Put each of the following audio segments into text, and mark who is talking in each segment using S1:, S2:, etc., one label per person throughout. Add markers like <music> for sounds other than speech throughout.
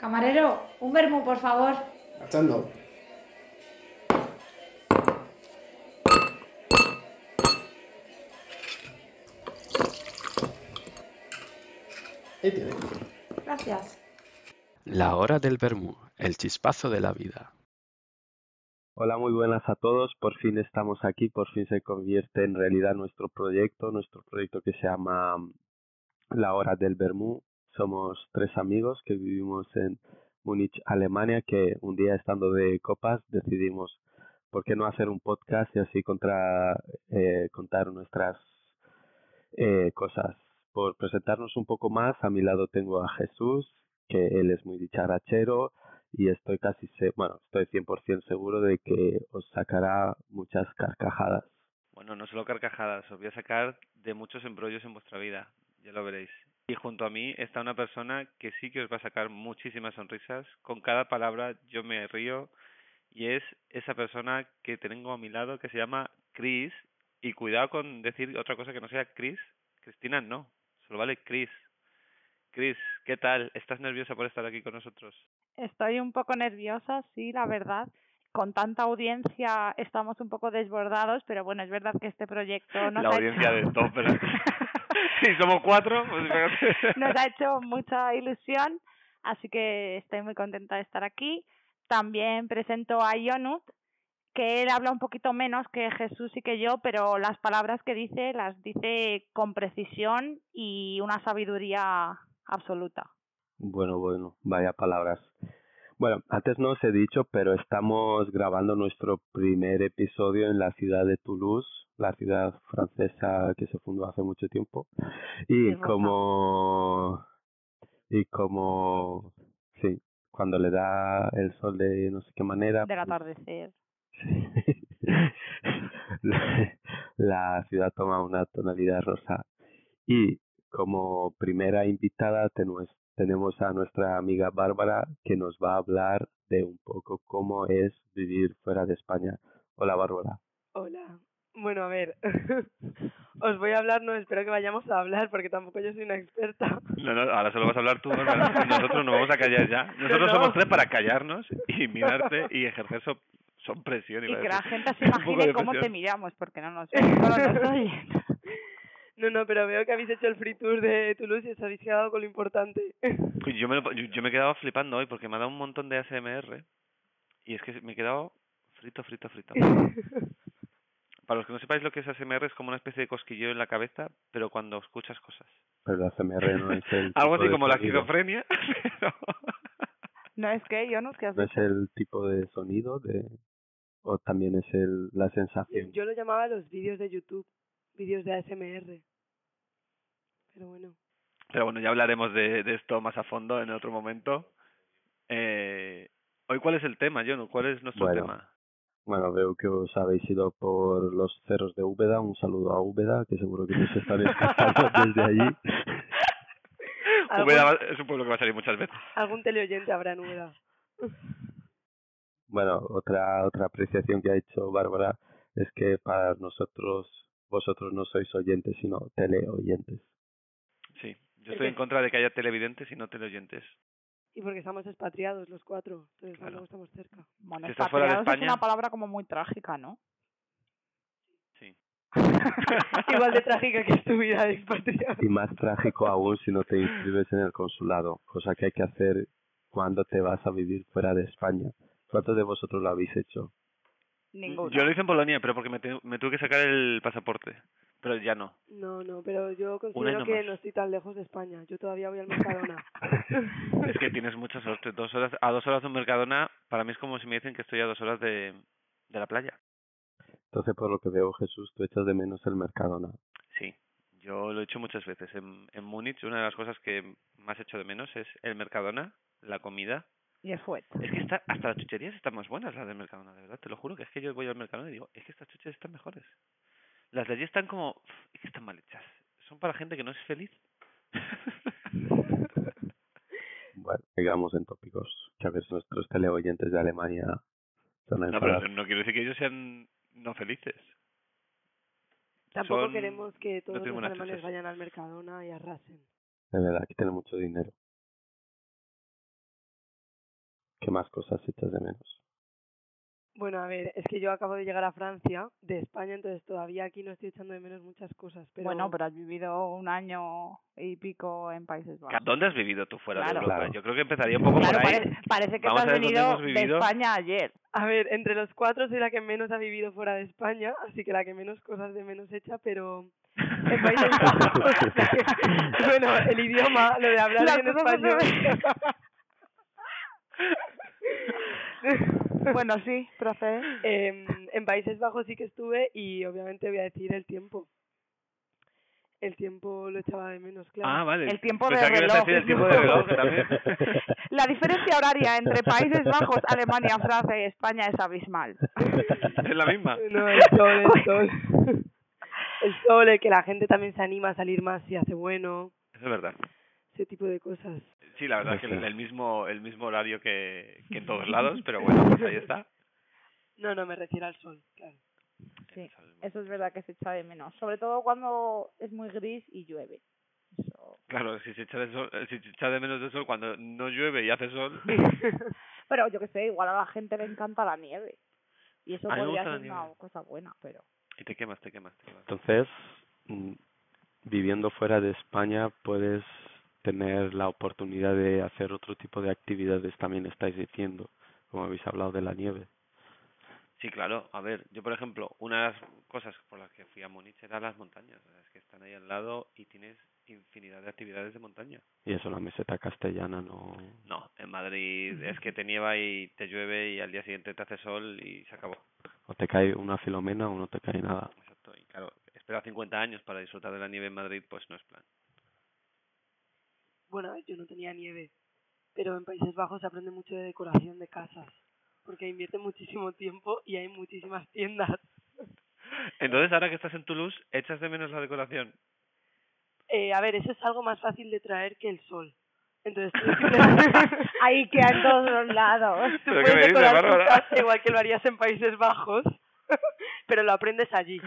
S1: Camarero, un vermú, por favor.
S2: Marchando. Ahí tiene.
S1: Gracias.
S3: La hora del vermú, el chispazo de la vida.
S4: Hola, muy buenas a todos. Por fin estamos aquí, por fin se convierte en realidad nuestro proyecto, nuestro proyecto que se llama mm, La Hora del Bermú. Somos tres amigos que vivimos en Múnich, Alemania, que un día estando de copas decidimos por qué no hacer un podcast y así contra, eh, contar nuestras eh, cosas. Por presentarnos un poco más, a mi lado tengo a Jesús, que él es muy dicharachero, y estoy casi, se bueno, estoy 100% seguro de que os sacará muchas carcajadas.
S5: Bueno, no solo carcajadas, os voy a sacar de muchos embrollos en vuestra vida, ya lo veréis. Y junto a mí está una persona que sí que os va a sacar muchísimas sonrisas. Con cada palabra yo me río y es esa persona que tengo a mi lado que se llama Chris. Y cuidado con decir otra cosa que no sea Chris. Cristina no, solo vale Chris. Chris, ¿qué tal? ¿Estás nerviosa por estar aquí con nosotros?
S6: Estoy un poco nerviosa, sí, la verdad. Con tanta audiencia estamos un poco desbordados, pero bueno, es verdad que este proyecto nos,
S5: la
S6: ha,
S5: audiencia
S6: hecho,
S5: de top, ¿verdad? si somos cuatro, pues fíjate.
S6: <laughs> nos ha hecho mucha ilusión, así que estoy muy contenta de estar aquí. También presento a Ionut, que él habla un poquito menos que Jesús y que yo, pero las palabras que dice las dice con precisión y una sabiduría absoluta.
S4: Bueno, bueno, vaya palabras. Bueno, antes no os he dicho, pero estamos grabando nuestro primer episodio en la ciudad de Toulouse, la ciudad francesa que se fundó hace mucho tiempo. Y
S6: Es verdad.
S4: como... Y como... Sí, cuando le da el sol de no sé qué manera... pues,
S6: Del atardecer.
S4: la, <laughs> la ciudad toma una tonalidad rosa. Y como primera invitada tenemos, tenemos a nuestra amiga Bárbara que nos va a hablar de un poco cómo es vivir fuera de España. Hola Bárbara.
S7: Hola. Bueno, a ver, <laughs> os voy a hablar, no espero que vayamos a hablar porque tampoco yo soy una experta. <laughs>
S5: No, no, ahora solo vas a hablar tú. Bárbara. Nosotros nos vamos a callar ya. Nosotros
S7: No.
S5: somos tres para callarnos y mirarte y ejercer so- son presión.
S6: Y
S5: iba a
S6: que la
S5: decir.
S6: gente
S5: <laughs>
S6: se
S5: Un poco
S6: imagine
S5: de
S6: cómo te
S5: presión.
S6: miramos, porque no nos ven, solo nos oyen.
S7: No, no, pero veo que habéis hecho el free tour de Toulouse y os habéis quedado con lo importante.
S5: Uy, Pues Yo me, lo- yo, yo me he quedado flipando hoy porque me ha dado un montón de ASMR y es que me he quedado frito, frito,
S7: <laughs>
S5: frito. Para los que no sepáis lo que es ASMR, es como una especie de cosquilleo en la cabeza, pero cuando escuchas cosas.
S4: Pero la CMR
S5: <laughs>
S4: no es el
S5: Algo
S4: tipo
S5: así
S4: de
S5: como la
S4: sonido.
S5: esquizofrenia, <laughs> pero...
S6: No es que yo no es que has
S4: No es el tipo de sonido de o también es el, la sensación.
S7: Yo lo llamaba los vídeos de YouTube, vídeos de ASMR. Pero bueno.
S5: Pero bueno, ya hablaremos de, de esto más a fondo en otro momento. Eh, hoy, ¿cuál es el tema, John? ¿Cuál es nuestro
S4: Bueno.
S5: tema?
S4: Bueno, veo que os habéis ido por los cerros de Úbeda. Un saludo a Úbeda, que seguro que nos
S5: <laughs>
S4: están escuchando desde allí.
S7: Algún,
S5: Úbeda va- es un pueblo que va a salir muchas veces.
S7: algún teleoyente habrá en Úbeda.
S4: Bueno, otra, otra apreciación que ha hecho Bárbara es que para nosotros, vosotros no sois oyentes, sino teleoyentes.
S5: Sí, yo
S7: ¿El
S5: estoy
S7: qué?
S5: en contra de que haya televidentes y no teleoyentes.
S7: Y porque estamos expatriados los cuatro, entonces
S5: Claro.
S7: tampoco estamos cerca.
S6: Bueno,
S5: Si estás fuera de
S6: expatriados es
S5: España-
S6: una palabra como muy trágica,
S5: <laughs>
S6: ¿no?
S5: Sí.
S7: <laughs> Igual de trágica que es tu vida de expatriado.
S4: Y más trágico aún si no te inscribes en el consulado, cosa que hay que hacer cuando te vas a vivir fuera de España. ¿Cuántos de vosotros lo habéis hecho?
S6: Ninguna.
S5: Yo lo hice en Polonia, pero porque me, te- me tuve que sacar el pasaporte. Pero ya no.
S7: No, no, pero yo
S5: año
S7: considero que
S5: más.
S7: no estoy tan lejos de España. Yo
S5: <laughs>
S7: todavía voy al Mercadona.
S5: Es que tienes mucha suerte. Dos horas, a dos horas de un Mercadona, para mí es como si me dicen que estoy a dos horas de, de la playa.
S4: Entonces, por lo que veo, Jesús, tú echas de menos el Mercadona.
S5: Sí, yo lo he hecho muchas veces. En, en Múnich, una de las cosas que más hecho de menos es el Mercadona, la comida.
S6: Y es fuerte.
S5: Es que está, hasta las chucherías están más buenas las del Mercadona, de verdad. Te lo juro que es que yo voy al Mercadona y digo, es que estas chucherías están mejores. Las de allí están como, "Pf, es que están mal hechas. Son para gente que no es feliz.
S4: Bueno, digamos en tópicos, que a veces nuestros teleoyentes de Alemania son
S5: No, pero
S4: enfadados.
S5: no quiero decir que ellos sean no felices.
S7: Tampoco
S5: Son-
S7: queremos que todos
S5: tienen
S7: los
S5: buenas
S7: alemanes
S5: chuches.
S7: vayan al Mercadona y arrasen.
S4: De verdad, que tienen mucho dinero. ¿Qué más cosas echas de menos?
S7: Bueno, a ver, es que yo acabo de llegar a Francia, de España, entonces todavía aquí no estoy echando de menos muchas cosas. Pero
S6: Bueno, pero has vivido un año y pico en Países
S5: ¿A
S6: Bajos.
S5: ¿Dónde has vivido tú fuera
S6: Claro.
S5: de Europa?
S4: Claro.
S5: Yo creo que empezaría un poco
S6: Claro,
S5: por ahí.
S6: pare- parece que
S5: Vamos
S6: te
S5: a
S6: has
S5: ver dónde
S6: venido
S5: hemos
S6: de
S5: vivido.
S6: España ayer.
S7: A ver, entre los cuatro soy la que menos ha vivido fuera de España, así que la que menos cosas de menos hecha, pero en
S5: <laughs>
S6: <laughs>
S7: Países Bajos, <laughs> la que- bueno, el idioma, lo de hablar
S6: Las
S7: bien
S6: cosas que
S7: español.
S6: <laughs> Bueno, sí, ¿eh? procede.
S7: Em, en Países Bajos sí que estuve y obviamente voy a decir el tiempo. El tiempo lo echaba de menos, claro.
S5: Ah, vale.
S6: El tiempo de
S5: Pensaba que ibas a
S6: reloj.
S5: decir el tiempo pues, de reloj
S4: <laughs>
S5: también.
S6: <laughs> La diferencia horaria entre Países Bajos, Alemania, Francia y España es abismal.
S5: Es la misma.
S7: <laughs> No, el sol, el sol. <laughs> El sol, el que la gente también se anima a salir más si hace bueno,
S5: Eso es verdad.
S7: ese tipo de cosas.
S5: Sí, la verdad es que
S4: Eso.
S5: el el mismo, el mismo horario que, que en
S6: <laughs>
S5: todos lados, pero bueno, pues ahí está.
S7: No, no, me refiero al sol, claro.
S6: Sí, eso es verdad que se echa de menos. Sobre todo cuando es muy gris y llueve. Eso-
S5: Claro, si se echa de, sol- eh, si se echa de menos de sol cuando no llueve y hace sol.
S6: <laughs> Pero yo que sé, igual a la gente le encanta la nieve. Y eso
S5: A mí me
S6: podría
S5: gusta la
S6: ser una
S5: nieve.
S6: cosa buena, pero...
S5: Y te quemas, te quemas, te quemas.
S4: Entonces, mm, viviendo fuera de España, puedes tener la oportunidad de hacer otro tipo de actividades, también estáis diciendo, como habéis hablado de la nieve.
S5: Sí, claro. A ver, yo por ejemplo, una de las cosas por las que fui a Múnich era las montañas. O sea, es que están ahí al lado y tienes infinidad de actividades de montaña.
S4: Y eso, la meseta castellana no...
S5: No, en Madrid es que te nieva y te llueve y al día siguiente te hace sol y se acabó.
S4: O te cae una filomena o no te cae nada.
S5: Exacto. Y claro, esperar 50 años para disfrutar de la nieve en Madrid, pues no es plan.
S7: Bueno, a ver, yo no tenía nieve, pero en Países Bajos se aprende mucho de decoración de casas, porque invierte muchísimo tiempo y hay muchísimas tiendas.
S5: Entonces, ahora que estás en Toulouse, ¿echas de menos la decoración?
S7: Eh, a ver, eso es algo más fácil de traer que el sol. Entonces,
S5: <laughs>
S7: tú simplemente-
S6: Ahí que en todos los lados.
S7: tú
S5: ¿Pero qué
S7: puedes
S5: me dices,
S7: decorar tu
S5: Bárbara?
S7: casa igual que lo harías en Países Bajos, <laughs> pero lo aprendes allí,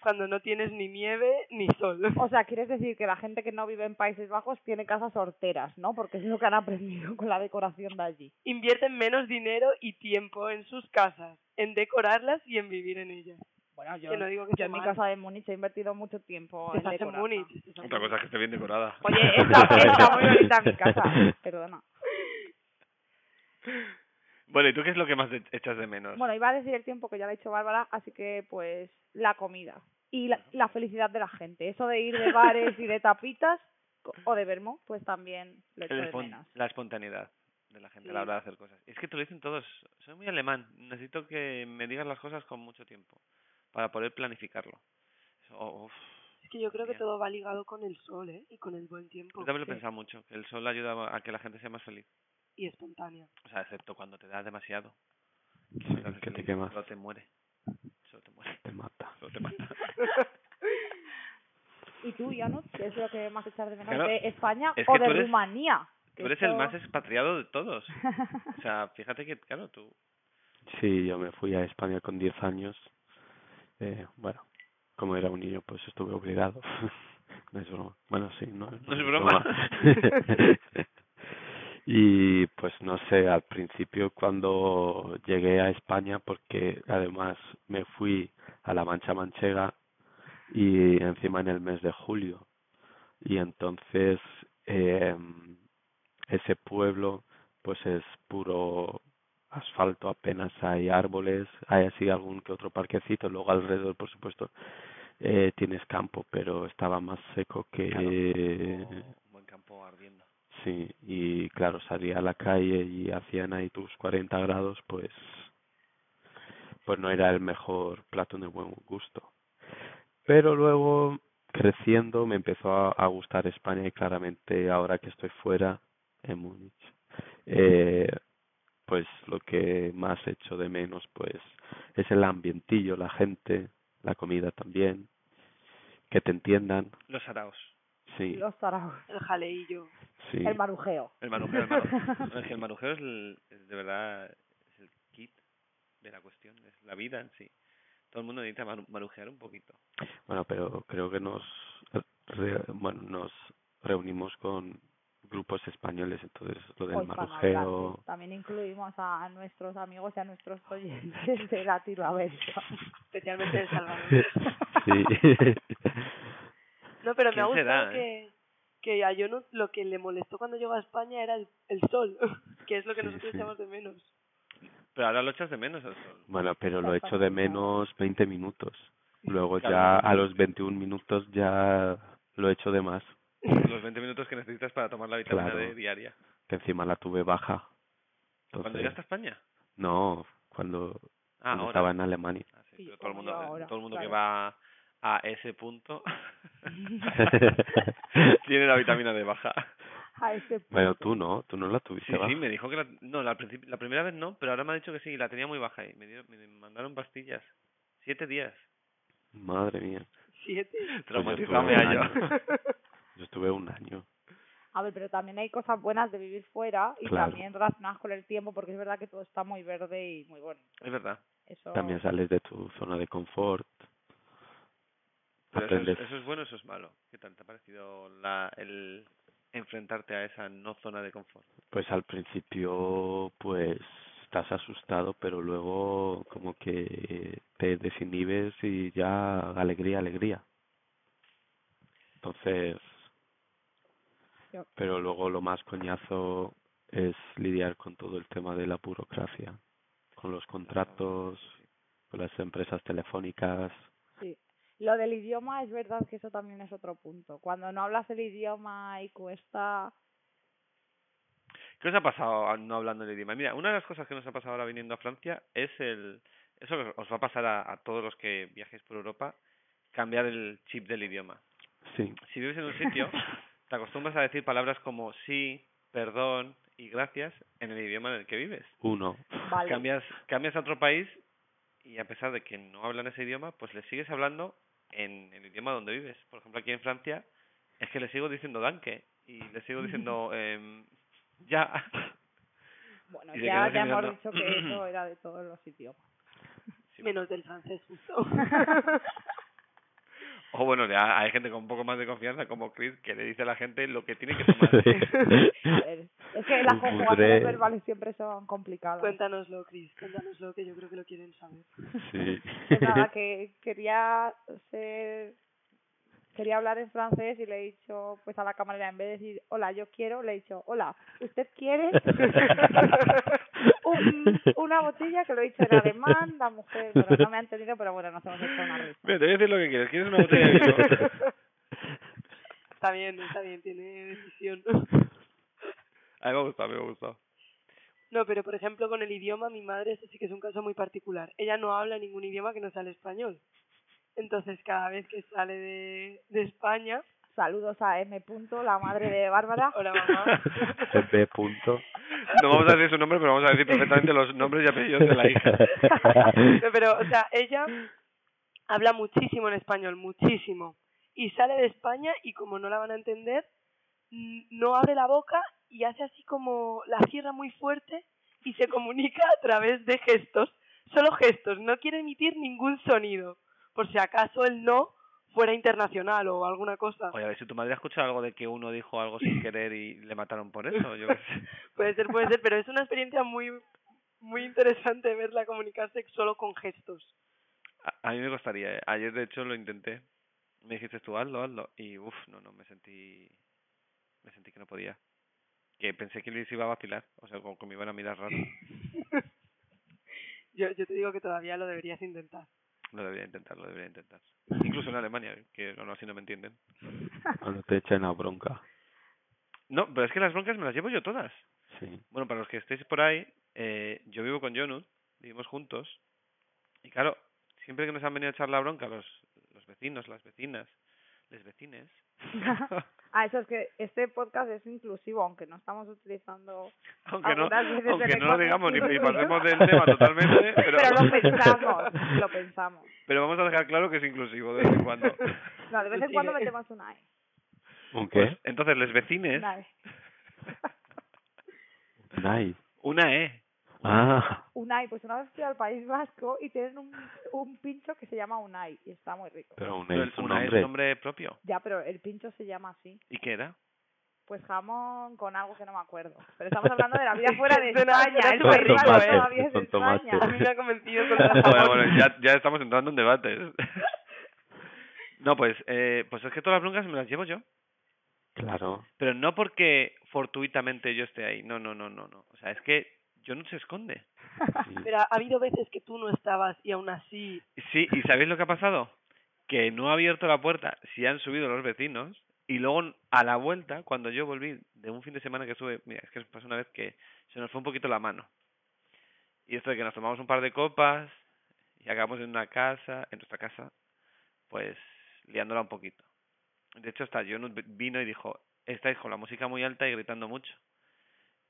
S7: cuando no tienes ni nieve ni sol.
S6: O sea, quieres decir que la gente que no vive en Países Bajos tiene casas horteras, ¿no? Porque es lo que han aprendido con la decoración de allí.
S7: Invierten menos dinero y tiempo en sus casas, en decorarlas y en vivir en ellas.
S6: Bueno, yo,
S7: que no digo que
S6: yo
S7: sea
S6: en mi
S7: mal.
S6: casa de Múnich he invertido mucho tiempo en
S7: Estás en
S6: decorarla.
S7: Múnich. estás en
S5: Otra cosa es que esté bien decorada.
S6: Oye, está, está muy bonita mi casa,
S5: <laughs>
S6: perdona.
S5: Bueno, ¿y tú qué es lo que más e- echas de menos?
S6: Bueno, iba a decir el tiempo que ya lo ha hecho Bárbara, así que pues la comida y la, la felicidad de la gente. Eso
S5: <laughs>
S6: de ir de bares y de tapitas co- o de vermo, pues también lo echo
S5: El
S6: de
S5: espon-
S6: menos.
S5: la espontaneidad de la gente a la
S7: Sí.
S5: hora de hacer cosas. Es que te lo dicen todos. Soy muy alemán. Necesito que me digas las cosas con mucho tiempo para poder planificarlo. Eso, oh, uf.
S7: Es que yo creo que
S5: Bien.
S7: todo va ligado con el sol, ¿eh? Y con el buen tiempo.
S5: Yo también lo he
S7: Sí.
S5: pensado mucho. que El sol ayuda a que la gente sea más feliz.
S7: Y espontánea.
S5: O sea, excepto cuando te da demasiado.
S4: Sí,
S5: Entonces,
S4: que
S5: lo-
S4: te quemas,
S5: Solo te muere. Solo te muere. <laughs>
S4: te mata.
S6: <laughs>
S5: Solo te mata.
S6: ¿Y tú, Janus, qué es lo que más echas de menos
S5: Claro,
S6: de España
S5: es
S6: o
S5: que
S6: de
S5: tú eres-
S6: Rumanía? Que
S5: Tú eres el
S6: eso-
S5: más expatriado de
S6: <laughs>
S5: todos. O sea, fíjate que, claro, tú...
S4: Sí, yo me fui a España con 10 años. Eh, bueno, como era un niño, pues estuve obligado. <laughs> No es broma. Bueno, sí, no, no
S5: es broma. <laughs>
S4: Y pues no sé, al principio cuando llegué a España, porque además me fui a la Mancha Manchega y encima en el mes de julio. Y entonces em, ese pueblo pues es puro asfalto, apenas hay árboles, hay así algún que otro parquecito, luego alrededor, por supuesto, eh, tienes campo, pero estaba más seco
S5: claro,
S4: que...
S5: un campo- un buen campo ardiendo.
S4: Sí, y claro, salía a la calle y hacían ahí tus 40 grados, pues, pues no era el mejor plato de buen gusto. Pero luego, creciendo, me empezó a, a gustar España y claramente ahora que estoy fuera, en Múnich, eh, pues lo que más echo de menos, pues, es el ambientillo, la gente, la comida también, que te entiendan,
S5: Los araos.
S4: sí,
S6: Los taraos,
S7: El jaleillo.
S4: sí.
S6: el marujeo.
S5: El marujeo, el
S6: <laughs>
S5: marujeo. No, es que el marujeo es, el- es de verdad es el kit de la cuestión, es la vida en sí. Todo el mundo necesita maru- marujear un poquito.
S4: Bueno, pero creo que nos, re- bueno, nos reunimos con grupos españoles, entonces lo del
S6: Hoy
S4: marujeo.
S6: hispanohablantes. También incluimos a nuestros amigos y a nuestros oyentes de Latinoamérica. <laughs>
S7: especialmente
S5: <laughs>
S7: El Salvador.
S4: <laughs> Sí. <laughs>
S7: No, pero me
S5: ¿Quién
S7: ha
S5: eh?
S7: gustado
S5: será,
S7: que, que a Yonut lo que le molestó cuando llegó a España era el, el sol, <laughs> que es lo que
S4: Sí,
S7: nosotros
S4: sí.
S7: echamos de menos.
S5: Pero ahora lo echas de menos al sol.
S4: Bueno, pero lo echo de menos 20 minutos. Luego
S5: Claro.
S4: ya a los 21 minutos ya lo echo de más,
S5: Los 20 minutos que necesitas para tomar la vitamina
S4: Claro.
S5: D diaria.
S4: que encima la tuve baja.
S5: ¿Cuándo
S4: Entonces,
S5: llegaste a España?
S4: no, cuando,
S5: Ah,
S4: cuando
S5: ahora.
S4: estaba en Alemania.
S5: Ah, sí,
S6: Sí,
S5: pero todo el
S6: como
S5: mundo,
S6: yo ahora,
S5: todo el mundo que
S6: claro.
S5: va a ese punto
S4: <laughs>
S5: tiene la vitamina D baja.
S6: A ese
S4: Bueno,
S6: punto.
S4: tú no, tú no la
S5: Sí,
S4: tuviste baja.
S5: sí, me dijo que la, no, la, princip- la primera vez no, pero ahora me ha dicho que sí, la tenía muy baja y me, dieron- me mandaron pastillas. Siete días.
S4: Madre mía, Pues
S7: Siete.
S5: Traumatizame
S4: estuve
S5: a
S4: un
S5: yo.
S4: yo estuve un año.
S6: A ver, pero también hay cosas buenas de vivir fuera y
S4: Claro.
S6: también relacionadas con el tiempo, porque es verdad que todo está muy verde y muy bueno.
S5: <laughs> Es verdad.
S6: Eso
S4: También sales de tu zona de confort.
S5: Pero eso
S4: Aprendes.
S5: es, eso es bueno, eso es malo. ¿Qué tal te ha parecido la, el enfrentarte a esa no zona de confort?
S4: Pues al principio, pues estás asustado, pero luego como que te desinhibes y ya alegría, alegría. Entonces,
S6: Yo-
S4: pero luego lo más coñazo es lidiar con todo el tema de la burocracia, con los contratos, con las empresas telefónicas.
S6: Sí. Lo del idioma es verdad que eso también es otro punto. Cuando no hablas el idioma y cuesta...
S5: ¿Qué os ha pasado a- no hablando el idioma? Mira, una de las cosas que nos ha pasado ahora viniendo a Francia es el... Eso os- os va a pasar a, a todos los que viajéis por Europa, cambiar el chip del idioma.
S4: Sí,
S5: Si vives en un sitio, te acostumbras a decir palabras como sí, perdón y gracias en el idioma en el que vives.
S4: uno,
S6: Vale.
S5: Cambias, cambias a otro país y a pesar de que no hablan ese idioma, pues le sigues hablando en el idioma donde vives. Por ejemplo, aquí en Francia es que le sigo diciendo danke y le sigo diciendo em, ya. <laughs>
S6: Bueno,
S5: Y te
S6: ya,
S5: quedas
S6: ya
S5: así
S6: hemos
S5: mirando.
S6: dicho
S5: <clears throat>
S6: que eso era de todos los idiomas.
S7: Menos del francés,
S5: <laughs>
S7: justo.
S5: O bueno, ya hay gente con un poco más de confianza como Chris que le dice a la gente lo que tiene
S3: <laughs>
S5: que <laughs> tomar.
S6: A ver, es que las
S4: Un
S6: conjugaciones
S4: pudre.
S6: verbales siempre son complicadas.
S7: cuéntanoslo, Cris, cuéntanoslo, que yo creo que lo quieren
S5: <laughs>
S7: saber.
S4: sí. <laughs>
S6: Pues nada, que quería ser quería hablar en francés y le he dicho pues a la camarera en vez de decir hola yo quiero le he dicho hola usted
S4: <laughs>
S6: quiere <laughs> un- una botella que lo he dicho en alemán la mujer pero no me ha entendido pero bueno nos hemos hecho una risa
S5: Mira, te voy a decir lo que quieres. ¿Quieres una botella de <laughs> vino?
S7: Está bien, está bien, tiene decisión.
S5: A mí me ha gustado, me ha gustado.
S7: No, pero por ejemplo, con el idioma, mi madre, eso sí que es un caso muy particular. Ella no habla ningún idioma que no sea el español. Entonces, cada vez que sale de, de España,
S6: saludos a M punto la madre de Bárbara
S7: hola mamá,
S4: B punto.
S5: No vamos a decir su nombre, pero vamos a decir perfectamente los nombres y apellidos de la
S3: <laughs>
S5: hija.
S4: <laughs>
S7: No, pero, o sea, ella habla muchísimo en español, muchísimo. Y sale de España y como no la van a entender, n- no abre la boca y hace así como la cierra muy fuerte y se comunica a través de gestos, solo gestos, no quiere emitir ningún sonido, por si acaso el no fuera internacional o alguna cosa.
S5: Oye, a ver si tu madre ha escuchado algo de que uno dijo algo <laughs> sin querer y le mataron por eso. Yo qué sé.
S7: Puede ser, puede ser, pero es una experiencia muy muy interesante verla comunicarse solo con gestos.
S5: A, a mí me costaría. eh. Ayer, de hecho, lo intenté. Me dijiste tú, hazlo, hazlo. Y uff, no, no, me sentí. Me sentí que no podía. Que pensé que les iba a vacilar. O sea, como que me iban a mirar raro.
S7: Yo, yo te digo que todavía lo deberías intentar.
S5: Lo debería intentar, lo debería intentar. Incluso en Alemania, que no, así no me entienden.
S4: Cuando te echan la bronca.
S5: No, pero es que las broncas me las llevo yo todas.
S4: Sí.
S5: Bueno, para los que estéis por ahí, eh, yo vivo con Jonut, vivimos juntos, y claro, siempre que nos han venido a echar la bronca los, los vecinos, las vecinas, les vecines,
S6: ah eso es que este podcast es inclusivo aunque no estamos utilizando
S5: aunque no,
S6: Algunas veces
S5: aunque
S6: el
S5: no lo
S6: lenguaje
S5: digamos ni, ni
S6: <laughs> inclusivo.
S5: pasemos del tema totalmente, pero,
S6: <laughs> pero lo pensamos lo pensamos
S5: pero vamos a dejar claro que es inclusivo de vez en <laughs> cuando.
S6: no de vez en
S5: <laughs>
S6: cuando metemos una E
S4: ¿Un
S5: Pues,
S4: qué?
S5: entonces, les vecines,
S6: una E
S4: Nice.
S5: una E.
S4: Ah,
S6: Unai, pues una vez fui al País Vasco y tienen un, un pincho que se llama Unai y está muy rico.
S4: pero un
S5: Pero
S4: es
S5: el-
S4: un
S5: una E es
S4: nombre.
S5: nombre propio. <laughs>
S6: Ya, pero el pincho se llama así.
S5: ¿Y qué era?
S6: Pues jamón con algo que no me acuerdo. Pero estamos hablando de la vida fuera
S5: <laughs>
S6: de
S7: Suena-
S6: España.
S7: suena
S6: Es
S7: súper
S6: muy raro,
S7: tomate,
S6: ¿eh? La vida es de
S4: con tomate.
S7: A
S6: España.
S7: mí me ha convencido
S6: <laughs>
S7: con el
S5: Bueno,
S7: jamón.
S5: <laughs> bueno, ya, ya estamos entrando en debates. <laughs> No, pues, eh, pues es que todas las broncas me las llevo yo.
S3: Claro.
S5: Pero no porque fortuitamente yo esté ahí. No, no, no, no, no. O sea, es que yo no se esconde.
S7: Pero ha habido veces que tú no estabas y aún así
S5: Sí, ¿y sabéis lo que ha pasado? Que no ha abierto la puerta si han subido los vecinos y luego a la vuelta, cuando yo volví de un fin de semana que sube, mira, es que nos pasó una vez que se nos fue un poquito la mano. Y esto de que nos tomamos un par de copas y acabamos en una casa, en nuestra casa, pues liándola un poquito. De hecho, hasta Jonut vino y dijo, estáis con la música muy alta y gritando mucho.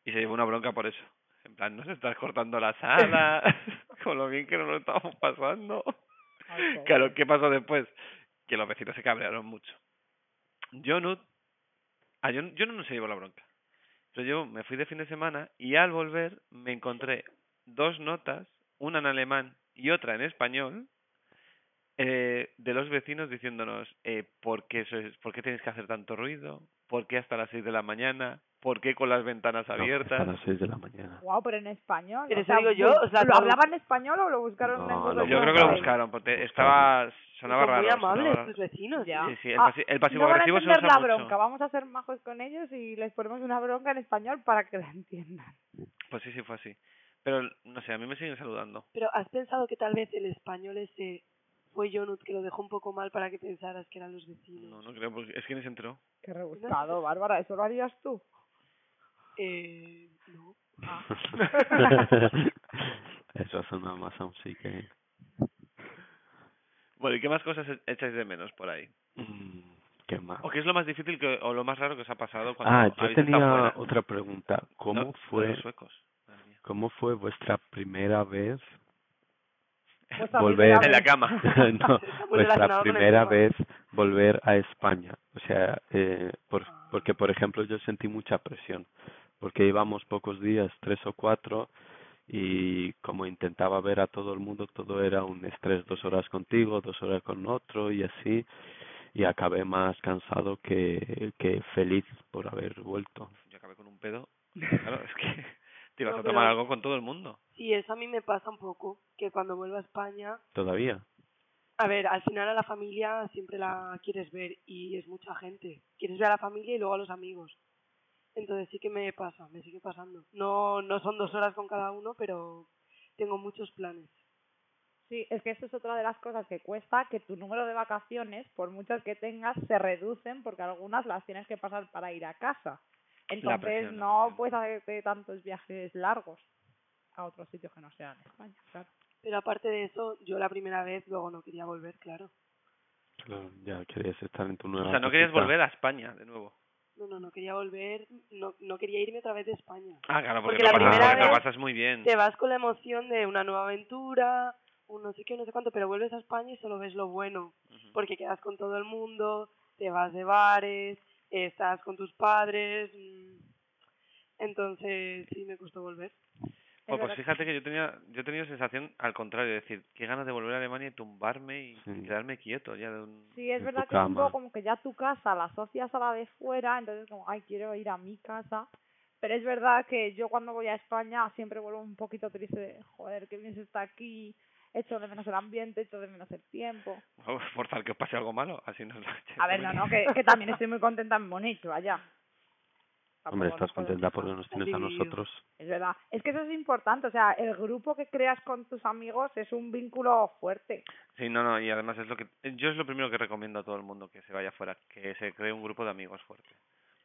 S5: Y se llevó una bronca por eso. En plan, nos estás cortando la sala, <laughs> con lo bien que nos lo estábamos pasando.
S6: Ok.
S5: Claro, ¿qué pasó después? Que los vecinos se cabrearon mucho. Yo no, a yo, yo no se llevó la bronca. Pero yo me fui de fin de semana y al volver me encontré dos notas, una en alemán y otra en español, eh, de los vecinos diciéndonos eh, ¿por, qué sois- ¿por qué tenéis que hacer tanto ruido? ¿Por qué hasta las seis de la mañana? ¿Por qué con las ventanas
S3: No, A
S5: abiertas?
S3: las 6 de la
S5: <laughs>
S3: mañana.
S6: Guau, pero en español.
S7: Pero
S6: o
S7: eso
S6: sea,
S7: digo yo,
S6: bu-
S7: o sea,
S6: ¿Lo
S7: lo-
S6: hablaban en español o lo buscaron
S3: No,
S6: en Google
S3: lo
S5: Yo creo que
S6: Translate?
S5: lo
S3: buscaron.
S5: buscaron, porque estaba, sonaba
S7: son
S5: raro.
S7: muy
S5: sonaba
S7: amables
S5: raro.
S7: tus vecinos.
S6: Ya.
S5: Sí, sí, el,
S6: Ah,
S5: pasi- el pasivo
S6: no van a
S5: agresivo se
S6: entender
S5: usa
S6: la
S5: mucho.
S6: bronca, vamos a ser majos con ellos y les ponemos una bronca en español para que la entiendan.
S5: Pues sí, sí, fue así. Pero no sé, a mí me siguen saludando.
S7: Pero ¿has pensado que tal vez el español ese fue Jonut que lo dejó un poco mal para que pensaras que eran los vecinos?
S5: No, no creo, porque es que ni se enteró.
S6: Qué rebuscado, Bárbara, ¿eso lo harías tú?
S7: Eh, no. Ah.
S5: <laughs>
S3: Eso suena más aún sí que...
S5: Bueno, ¿y qué más cosas e- echáis de menos por ahí?
S3: Mm, ¿Qué más?
S5: ¿O qué es lo más difícil que, o lo más raro que os ha pasado cuando
S3: Ah, yo
S5: habéis estado
S3: tenía
S5: fuera?
S3: otra pregunta. ¿Cómo
S5: No,
S3: fue
S5: de los suecos. Madre mía.
S3: ¿Cómo fue vuestra primera vez?
S6: Vuestra
S3: Volver.
S6: primera
S5: En la
S6: vez.
S5: cama.
S3: <laughs> no,
S7: Está muy relacionado
S3: vuestra
S7: con el
S3: primera
S7: tema.
S3: vez volver a España. O sea, eh, por- porque por ejemplo yo sentí mucha presión, porque íbamos pocos días, tres o cuatro, y como intentaba ver a todo el mundo, todo era un estrés, dos horas contigo, dos horas con otro y así, y acabé más cansado que, que feliz por haber vuelto.
S5: Yo acabé con
S3: <laughs>
S5: un pedo. Claro, es que te ibas
S7: No,
S5: a tomar
S7: pero-
S5: algo con todo el mundo.
S7: <laughs> Sí, eso a mí me pasa un poco, que cuando vuelvo a España,
S3: Todavía.
S7: a ver, al final a la familia siempre la quieres ver y es mucha gente. Quieres ver a la familia y luego a los amigos. Entonces sí que me pasa, me sigue pasando. No, no son dos horas con cada uno, pero tengo muchos planes.
S6: Sí, es que eso es otra de las cosas que cuesta, que tu número de vacaciones, por muchas que tengas, se reducen porque algunas las tienes que pasar para ir a casa. Entonces
S5: presión, la
S6: no
S5: presión.
S6: puedes hacerte tantos viajes largos a otros sitios que no sean España, claro.
S7: Pero aparte de eso, yo la primera vez luego no quería volver, claro.
S3: Claro, ya querías estar en tu nueva
S5: O sea, no querías
S3: casita.
S5: volver a España de nuevo.
S7: No, no, no quería volver, no, no quería irme otra vez de España.
S5: Ah, claro, porque, lo,
S7: Porque la
S5: pasas,
S3: primera
S5: porque te lo
S7: vez
S5: pasas muy bien.
S7: Te vas con la emoción de una nueva aventura, un no sé qué, un no sé cuánto, pero vuelves a España y solo ves lo bueno,
S5: Ujú.
S7: porque quedas con todo el mundo, te vas de bares, estás con tus padres. mm. Entonces, sí, me costó volver.
S5: Bueno,
S6: Es
S5: pues
S6: verdad.
S5: fíjate que yo tenía, yo he tenido sensación al contrario, es decir, qué ganas de volver a Alemania y tumbarme y
S3: Sí.
S5: quedarme quieto ya de un... <laughs>
S6: Sí,
S3: en
S6: es
S3: tu
S6: verdad que es
S3: cama.
S6: un poco como que ya tu casa la asocias a la de fuera, entonces como, ay, quiero ir a mi casa. Pero es verdad que yo cuando voy a España siempre vuelvo un poquito triste de, joder, qué bien se está aquí, echo de menos el ambiente, echo de menos el tiempo.
S5: Vamos a forzar que os pase algo malo, así no es la-
S6: A ver, no, no, que, que también estoy muy contenta en Bonito, allá.
S3: Hombre,
S6: Tampoco
S3: estás
S6: nos podemos
S3: contenta
S6: quejar.
S3: porque nos tienes a
S7: dividido.
S3: nosotros.
S6: Es verdad. Es que eso es importante, o sea, el grupo que creas con tus amigos es un vínculo fuerte.
S5: <laughs> Sí, no, no, y además es lo que yo es lo primero que recomiendo a todo el mundo que se vaya fuera, que se cree un grupo de amigos fuerte,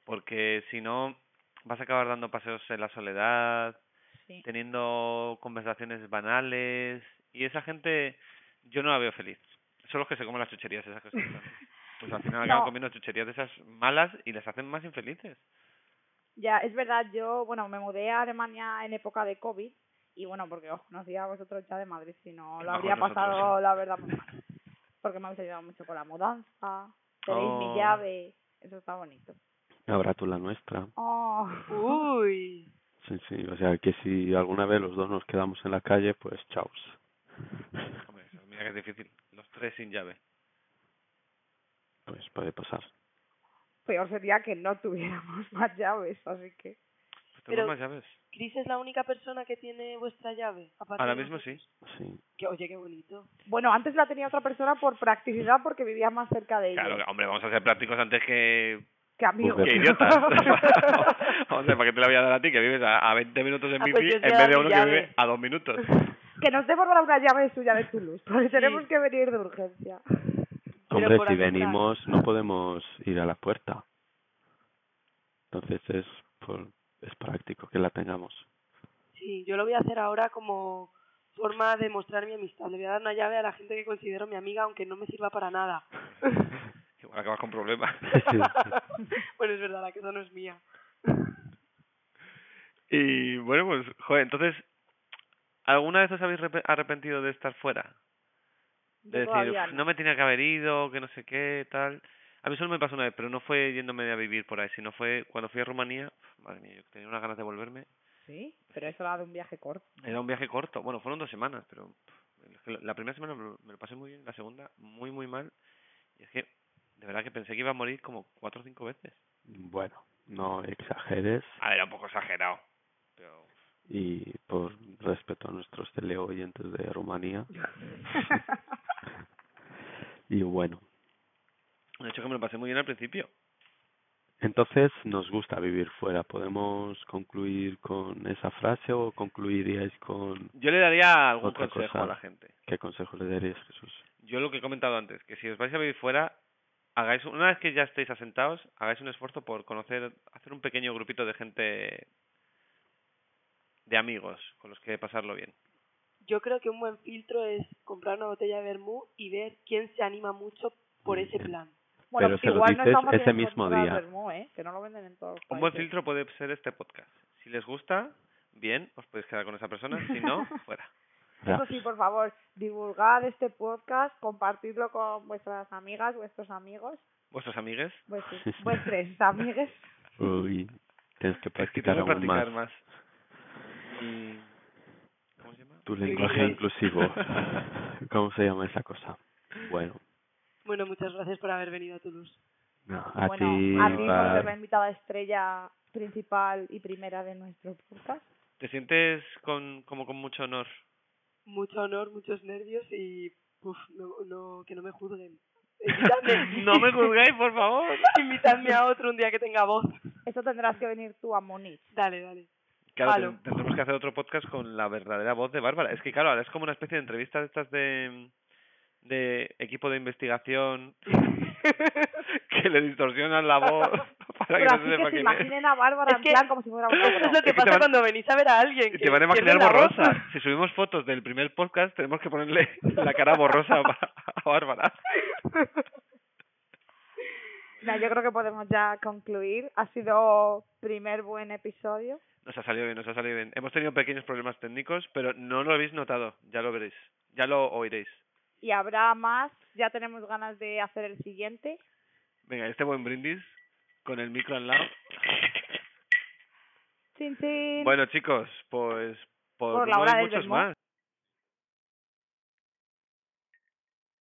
S5: porque si no vas a acabar dando paseos en la soledad,
S6: Sí.
S5: teniendo conversaciones banales y esa gente yo no la veo feliz. Son los que se comen las chucherías esas cosas.
S7: <laughs>
S5: Pues al final acaban
S6: No.
S5: comiendo chucherías de esas malas y las hacen más infelices.
S6: Ya, es verdad, yo, bueno, me mudé a Alemania en época de COVID y bueno, porque os conocía a vosotros ya de Madrid, si no,
S5: Y
S6: lo
S5: más
S6: habría
S5: con nosotros.
S3: ¿eh?
S6: pasado, la verdad, muy mal. Porque me habéis ayudado mucho con la mudanza, tenéis
S5: Oh.
S6: mi llave, eso está bonito.
S3: Habrá tú la nuestra.
S6: Oh,
S7: Uh. Uy,
S3: Sí, sí. O sea, que si alguna vez los dos nos quedamos en la calle, pues chaos.
S5: Hombre, eso, mira que es difícil. Los tres sin llave.
S3: Pues puede pasar.
S6: peor sería que no tuviéramos <laughs> más llaves, así que...
S5: Pues
S7: Pero-
S5: tenemos más llaves.
S7: Cris es la única persona que tiene vuestra llave. aparte
S5: Ahora
S7: de
S5: mismo sí.
S7: nosotros.
S4: Sí.
S7: Que, oye, qué bonito.
S6: Bueno, antes la tenía otra persona por practicidad porque vivía más cerca de ella.
S5: Claro, hombre, vamos a ser prácticos antes que...
S6: Que amigo.
S4: Pues
S5: ¡Qué
S6: <laughs>
S5: idiotas! <laughs> Hombre, ¿para qué te la voy a dar a ti? Que vives a, a 20 minutos en
S7: Ah,
S5: bici
S7: pues yo
S5: en
S7: os voy a
S5: vez
S7: dar
S5: de
S7: mi
S5: uno que
S7: llave.
S5: vive a dos minutos.
S7: <laughs>
S6: que nos dé Bárbara una llave suya de Toulouse, porque tenemos que venir de urgencia.
S4: Hombre,
S7: por
S4: si
S7: avisar.
S4: venimos no podemos ir a la puerta. Entonces es, por, es práctico que
S3: <laughs>
S4: la
S5: <laughs>
S4: tengamos.
S7: Sí, yo lo voy a hacer ahora como forma de mostrar mi amistad. Le voy a dar una llave a la gente que considero mi amiga, aunque no me sirva para nada.
S5: Igual acabas con problemas.
S7: <laughs> bueno, es verdad, la casa no es mía.
S5: Y bueno, pues, joder, entonces, ¿alguna vez os habéis repe- arrepentido de estar fuera? De
S6: Yo
S5: decir,
S6: todavía
S5: "Uf, no me tenía que haber ido, que no sé qué, tal. A mí solo me pasó una vez, pero no fue yéndome a vivir por ahí, sino fue cuando fui a Rumanía. Uf, Madre mía, yo tenía unas ganas de volverme.
S6: Sí, pero eso era de un viaje corto.
S5: Era un viaje corto, bueno, fueron dos semanas, pero pff, es que la primera semana me lo- me lo pasé muy bien, la segunda muy, muy mal. Y es que, de verdad que pensé que iba a morir como cuatro o cinco veces.
S4: Bueno, no exageres
S5: A ver, era un poco exagerado, pero
S4: y por respeto a nuestros teleoyentes de Rumanía. <laughs> y bueno,
S5: de hecho que me lo pasé muy bien al principio.
S4: entonces nos gusta vivir fuera. ¿Podemos concluir con esa frase o concluiríais con
S5: Yo le daría algún
S4: Otra
S5: consejo
S4: cosa.
S5: a la gente.
S4: qué consejo le darías, Jesús?
S5: Yo lo que he comentado antes, que si os vais a vivir fuera, hagáis una vez que ya estéis asentados, hagáis un esfuerzo por conocer, hacer un pequeño grupito de gente de amigos con los que pasarlo bien.
S7: Yo creo que un buen filtro es comprar una botella de vermú y ver quién se anima mucho por ese plan.
S6: Bueno,
S4: Pero se lo
S6: igual no
S4: dices
S6: estamos
S4: ese
S6: haciendo
S4: mismo
S6: todas
S4: día.
S6: las Vermú, ¿eh? Que no lo venden en todos los
S5: Un buen
S6: países.
S5: filtro puede ser este podcast. Si les gusta, bien, os podéis quedar con esa persona, si <laughs> no, fuera.
S4: Ah.
S6: Eso sí, por favor, divulgad este podcast, compartidlo con vuestras amigas, vuestros amigos,
S5: Vuestros amigues,
S4: <laughs>
S6: vuestros, vuestros amigues.
S4: Uy, tienes que
S5: es que
S4: practicar
S5: tengo que
S4: aún más
S5: practicar más. Y- ¿Cómo se llama?
S4: tu lenguaje inclusivo. <laughs> ¿Cómo se llama esa cosa? Bueno,
S7: Bueno, muchas gracias por haber venido a Toulouse.
S4: no, a
S6: bueno,
S4: ti,
S6: a ti por
S4: Bar.
S6: ser la invitada estrella principal y primera de nuestro podcast.
S5: ¿Te sientes con, como con mucho honor?
S7: Mucho honor, muchos nervios y uf, no, no, que no me juzguen. Invitadme.
S5: <laughs> No me
S7: <laughs>
S5: juzgáis, por favor.
S7: Invitadme a otro un día que tenga voz.
S6: Eso tendrás que venir tú a Múnich.
S7: Dale, dale.
S5: Claro,
S7: Halo.
S5: ten- tendremos que hacer otro podcast con la verdadera voz de Bárbara. Es que, claro, ahora es como una especie de entrevista de estas de, de equipo de investigación que le distorsionan la voz para que
S6: Pero
S5: no
S6: así
S5: se sepa
S6: que se
S5: quién es.
S6: imaginen a Bárbara
S7: Es
S6: en
S7: que-
S6: plan como si fuera una
S5: <laughs>
S7: Es
S6: obra.
S7: lo que
S5: Es que te
S7: pasa
S5: van-
S7: cuando venís a ver a alguien.
S5: Y
S7: Que
S5: te van a imaginar
S7: pierde la voz.
S5: borrosa. Si subimos fotos del primer podcast, tenemos que ponerle la cara borrosa a Bá- a Bárbara.
S6: Mira, yo creo que podemos ya concluir. Ha sido primer buen episodio.
S5: Nos ha salido bien, nos ha salido bien. Hemos tenido pequeños problemas técnicos, pero no lo habéis notado. Ya lo veréis. Ya lo oiréis.
S6: Y habrá más. Ya tenemos ganas de hacer el siguiente.
S5: Venga, este buen brindis con el micro al lado.
S6: Chin, chin.
S5: Bueno, chicos, pues por,
S6: Por la
S5: no
S6: hora
S5: hay
S6: del
S5: muchos
S6: vermú.
S5: más.